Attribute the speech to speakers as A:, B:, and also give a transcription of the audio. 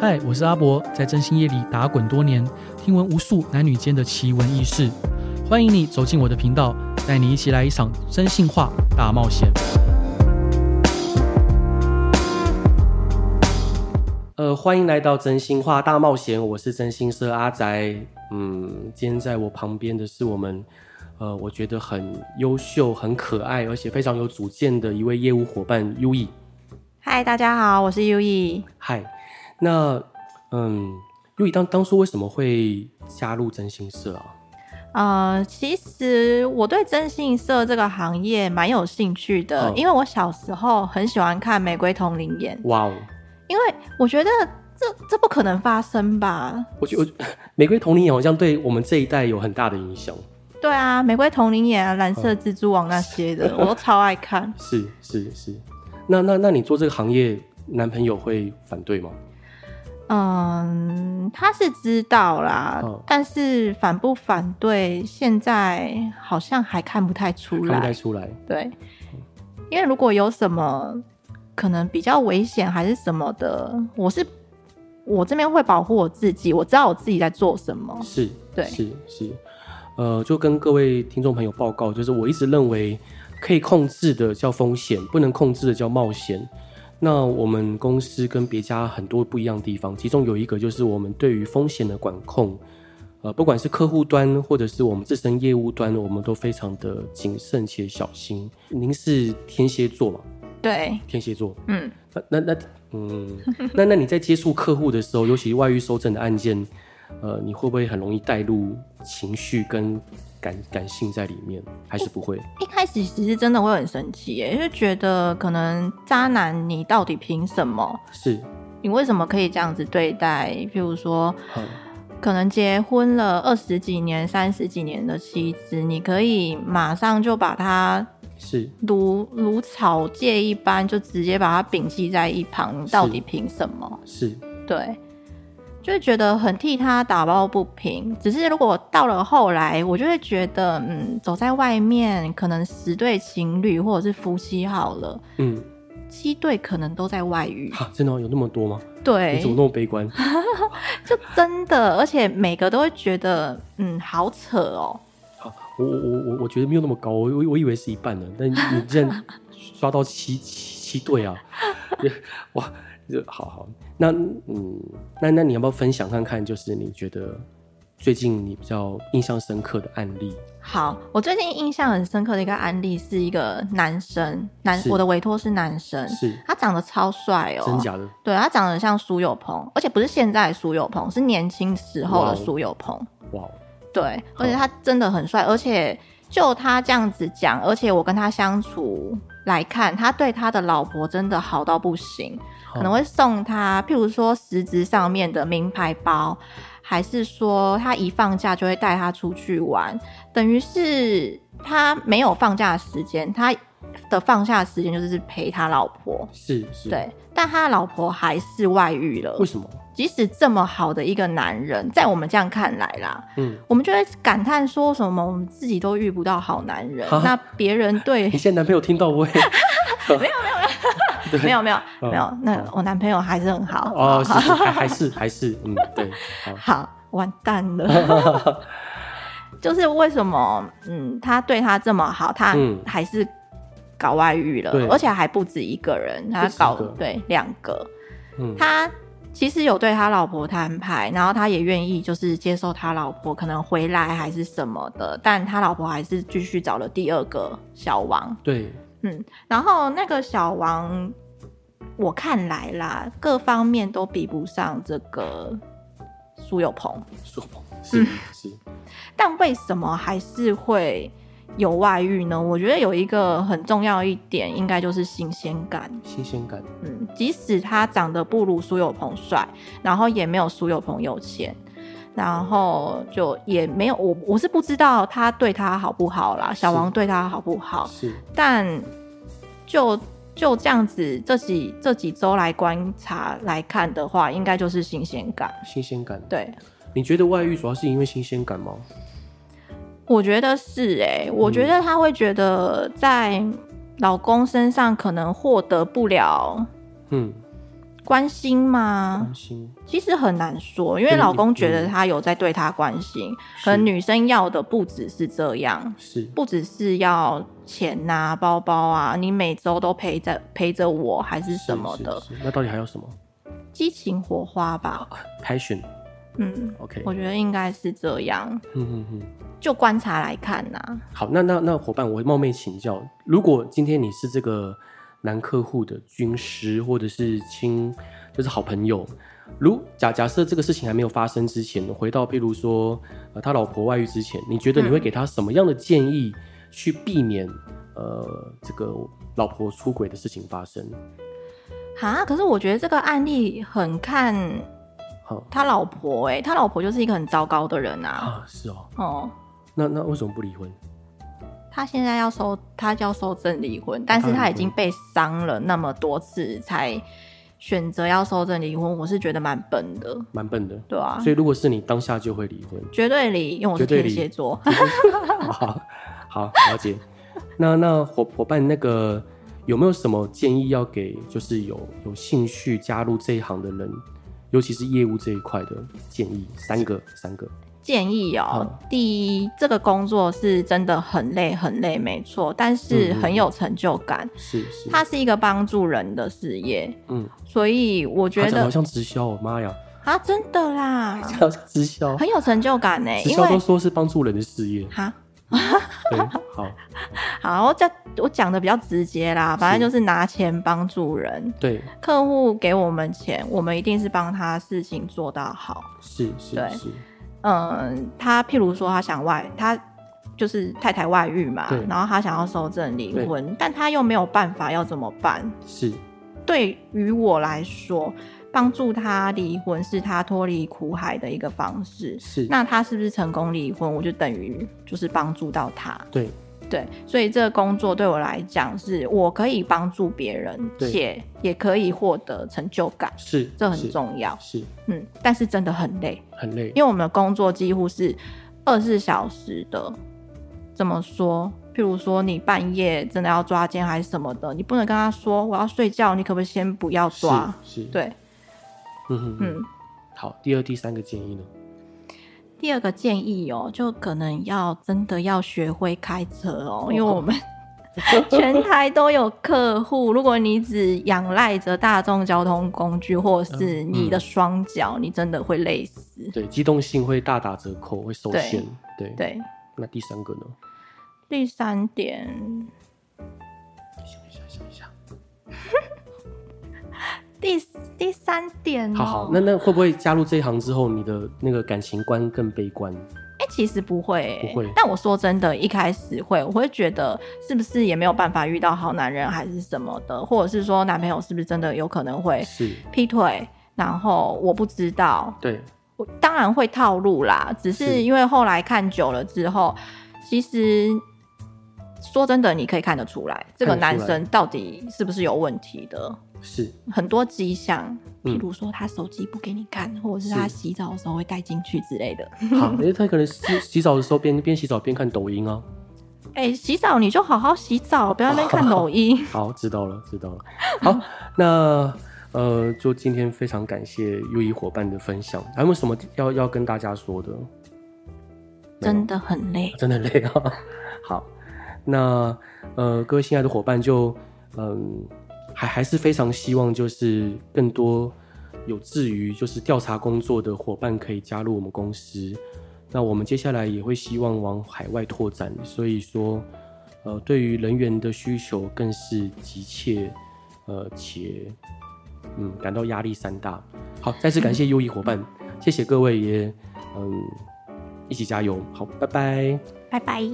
A: 嗨，我是阿伯，在真心业里打滚多年，听闻无数男女间的奇闻异事。欢迎你走进我的频道，带你一起来一场真性化大冒险。
B: 呃，欢迎来到真心话大冒险，我是真心社阿宅。嗯，今天在我旁边的是我们，呃，我觉得很优秀、很可爱，而且非常有主见的一位业务伙伴优异。
C: 嗨，大家好，我是 U E。
B: 嗨，那嗯，优异当当初为什么会加入真心社啊？
C: 呃，其实我对征信社这个行业蛮有兴趣的，
B: 嗯
C: 因为我小时候很喜欢看《玫瑰同林演》，
B: 哇哦，
C: 因为我觉得这这不可能发生吧？
B: 我觉得我玫瑰童林好像对我们这一代有很大的影响。
C: 对啊，《玫瑰同林演》啊，《蓝
B: 哦
C: 色蜘蛛网》那 些的，我都超爱看。
B: 是是是，那那那你做这个行业，男朋友会反对吗？
C: 嗯，他是知道啦，
B: 嗯
C: 但是反不反对，现在好像还看不太出
B: 看
C: 来
B: 不。太出来。
C: 对，因为如果有什么可能比较危险还是什么的，我是我这边会保护我自己，我知道我自己在做什么。
B: 是，
C: 对
B: 是是，呃，就跟各位听众朋友报告，就是我一直认为可以控制的叫风险，不能控制的叫冒险。那我们公司跟别家很多不一样的地方，其中有一个就是我们对于风险的管控，呃，不管是客户端或者是我们自身业务端，我们都非常的谨慎且小心。您是天蝎座嘛？
C: 对，
B: 天蝎座，
C: 嗯，
B: 那那那，嗯，那那你在接触客户的时候，尤其外遇收证的案件，呃，你会不会很容易带入情绪跟感感性在里面？还是不会？
C: 一开始其实真的会很生气耶，就觉得可能渣男你到底凭什么？
B: 是，
C: 你为什么可以这样子对待？譬如说，
B: 嗯
C: 可能结婚了二十几年、三十几年的妻子，你可以马上就把她
B: 是
C: 如如草芥一般，就直接把它摒弃在一旁，
B: 是
C: 到底凭什么？
B: 是
C: 对，就会觉得很替他打抱不平。只是如果到了后来，我就会觉得，嗯，走在外面，可能十对情侣或者是夫妻好了，
B: 嗯，
C: 七对可能都在外遇，
B: 哈、真的哦、有那么多吗？你
C: 对
B: 怎，么那么悲观？
C: 就真的，而且每个都会觉得，嗯，好扯哦。
B: 好，我我我我我觉得没有那么高，我我我以为是一半呢，但你竟 然刷到七七七对啊，哇，这好好，那嗯，那那你要不要分享看看，就是你觉得最近你比较印象深刻的案例？
C: 好，我最近印象很深刻的一个案例是一个男生，男
B: 是
C: 我的委托是男生，
B: 是
C: 他长得超帅哦，
B: 真假的？
C: 对他长得像苏有朋，而且不是现在的苏有朋，是年轻时候
B: 哇
C: 的
B: 哦
C: 苏有朋。
B: 哇哦，
C: 对，而且他真的很帅，而且就他这样子讲，而且我跟他相处来看，他对他的老婆真的好到不行，可能
B: 好
C: 会送他，譬如说实质上面的名牌包，还是说他一放假就会带他出去玩，等于是他没有放假的时间，他的放假的时间就是陪他老婆。
B: 是是，，
C: 对，但他老婆还是外遇了
B: 为。什么？
C: 即使这么好的一个男人，在我们这样看来啦，
B: 嗯，
C: 我们就会感叹说什么我们自己都遇不到好男人，
B: 啊
C: 那别人对
B: 你现在男朋友听到不会
C: 没有没有
B: 嗯
C: 没有，那
B: 好
C: 我男朋友还是很好。
B: 哦，是 是还还是还是嗯，对，
C: 好，完蛋 了。
B: 好，
C: 就是为什么，嗯，他对他这么好，他
B: 嗯
C: 还是搞外遇了
B: 对，
C: 而且还不止一个人，
B: 不
C: 他
B: 止一
C: 搞
B: 个
C: 对两个。
B: 嗯，
C: 他其实有对他老婆摊牌，然后他也愿意就是接受他老婆可能回来还是什么的，但他老婆还是继续找了第二个小王。
B: 对，
C: 嗯，然后那个小王，我看来啦，各方面都比不上这个苏有朋，
B: 说谎
C: 嗯
B: 是是，
C: 但为什么还是会？有外遇呢？我觉得有一个很重要一点，应该就是新鲜感。
B: 新鲜感，
C: 嗯，即使他长得不如苏有朋帅，然后也没有苏有朋有钱，然后就也没有我我是不知道他对他好不好啦，小
B: 是
C: 王对他好不好，
B: 是
C: 但就就这样子这几这几周来观察来看的话，应该就是新鲜感。
B: 新鲜感。
C: 对，
B: 你觉得外遇主要是因为新鲜感吗？
C: 我觉得是哎、我觉
B: 嗯
C: 得他会觉得在老公身上可能获得不了
B: 嗯，
C: 关心吗
B: 关？心
C: 其实很难说，因为
B: 对
C: 老公
B: 嗯
C: 觉得他有在对他关心，可能
B: 是
C: 女生要的不只是这样，
B: 是
C: 不只是要钱呐、包包啊，你每周都陪着陪着我还是什么的，
B: 是是那到底还有什么
C: 激情火花吧。
B: passion？OK，、
C: 嗯，
B: OK
C: 我觉得应该是这样。
B: 嗯嗯嗯。
C: 就观察来看呐、
B: 好，那那那伙伴，我会冒昧请教，如果今天你是这个男客户的军师，或者是亲，就是好朋友，如假假设这个事情还没有发生之前，回到譬如说，呃，他老婆外遇之前，你觉得你
C: 嗯
B: 会给他什么样的建议去避免、呃这个老婆出轨的事情发生？
C: 哈，可是我觉得这个案例很看
B: 好
C: 他老婆、欸，他老婆就是一个很糟糕的人啊。
B: 啊，是哦，
C: 哦、
B: 那那为什么不离婚？
C: 他现在要收，他要收证离
B: 啊
C: 婚，但是他已经被伤了那么多次，才选择要收证离婚，我是觉得蛮笨的，
B: 蛮笨的，
C: 对啊，
B: 所以如果是你，当下就会离婚。
C: 绝对离，因为我是
B: 绝对
C: 天
B: 离
C: 蝎座，啊
B: 好，好，了解。那那伙伙伴，那个有没有什么建议要给，就是有有兴趣加入这一行的人，尤其是业务这一块的建议？三个，三个。
C: 建议哦、
B: 好
C: 第一，这个工作是真的很累很累，没错，但是
B: 嗯嗯
C: 很有成就感，
B: 是是，
C: 它是一个帮助人的事业，
B: 嗯，
C: 所以我
B: 他
C: 觉
B: 讲得好
C: 得
B: 像直销哦，妈呀，
C: 啊，真的啦，
B: 好像直销，
C: 很有成就感呢、
B: 直
C: 因
B: 销都
C: 为。
B: 说是帮助人的事业
C: 哈。
B: 对， 好，
C: 好，我讲我讲的比较直接啦，反正就是拿钱帮助人。
B: 对，
C: 客户给我们钱，我们一定是帮他事情做到好。
B: 是是
C: 对
B: 是，
C: 嗯，他譬如说他想外，他就是太太外遇嘛
B: 对，
C: 然后他想要收证离婚，但他又没有办法，要怎么办？
B: 是
C: 对于我来说，帮助他离婚是他脱离苦海的一个方式。
B: 是，
C: 那他是不是成功离婚，我就等于就是帮助到他。
B: 对
C: 对，所以这个工作对我来讲，是我可以帮助别人，
B: 对
C: 且也可以获得成就感，
B: 是，
C: 这很
B: 是，
C: 重要。
B: 是
C: 嗯，但是真的很累，
B: 很累，
C: 因为我们的工作几乎是二十四小时的。怎么说？譬如说你半夜真的要抓奸还是什么的，你不能跟他说我要睡觉，你可不可以先不要
B: 是
C: 抓？
B: 是，，
C: 对，
B: 嗯哼
C: 嗯
B: 嗯，。好，第二、第三个建议呢？
C: 第二个建议哦，就可能要真的要学会开车哦，因为我 们全台都有客户。如果你只仰赖着大众交通工具，或者是你的双脚，你真的会累死。
B: 对，机动性会大打折扣，会受
C: 对
B: 限。对，
C: 对，
B: 那第三个呢？
C: 第三点，
B: 想一下，想一下。
C: 第第三点、哦，
B: 好好，那那会不会加入这一行之后，你的那个感情观更悲观？
C: 哎、其实不会、欸，
B: 不会
C: 但我说真的，一开始会，我会觉得是不是也没有办法遇到好男人，还是什么的，或者是说男朋友是不是真的有可能会
B: 是，
C: 劈腿，然后我不知道，
B: 对，
C: 我当然会套路啦，只
B: 是
C: 是因为后来看久了之后，其实说真的，你可以看得出来这个
B: 看得
C: 男
B: 出来
C: 生到底是不是有问题的，
B: 是，
C: 很多迹象，
B: 嗯
C: 譬如说他手机不给你看，或者是他
B: 是
C: 洗澡的时候会带进去之类的。
B: 好，因为他可能洗洗澡的时候边边洗澡边看抖音啊。。
C: 哎、洗澡你就好好洗澡，不要在那边看抖音
B: 好，知道了，知道了。 好，那呃，就今天非常感谢优衣伙伴的分享，还有没有什么要要跟大家说的？
C: 真的很累，
B: 真的很累啊。好，那呃，各位亲爱的伙伴就，嗯，还还是非常希望就是更多有志于就是调查工作的伙伴可以加入我们公司。那我们接下来也会希望往海外拓展，所以说，呃，对于人员的需求更是急切，呃，且嗯感到压力山大。好，再次感谢优异伙伴，谢谢各位也嗯一起加油，好，拜拜。
C: 拜拜。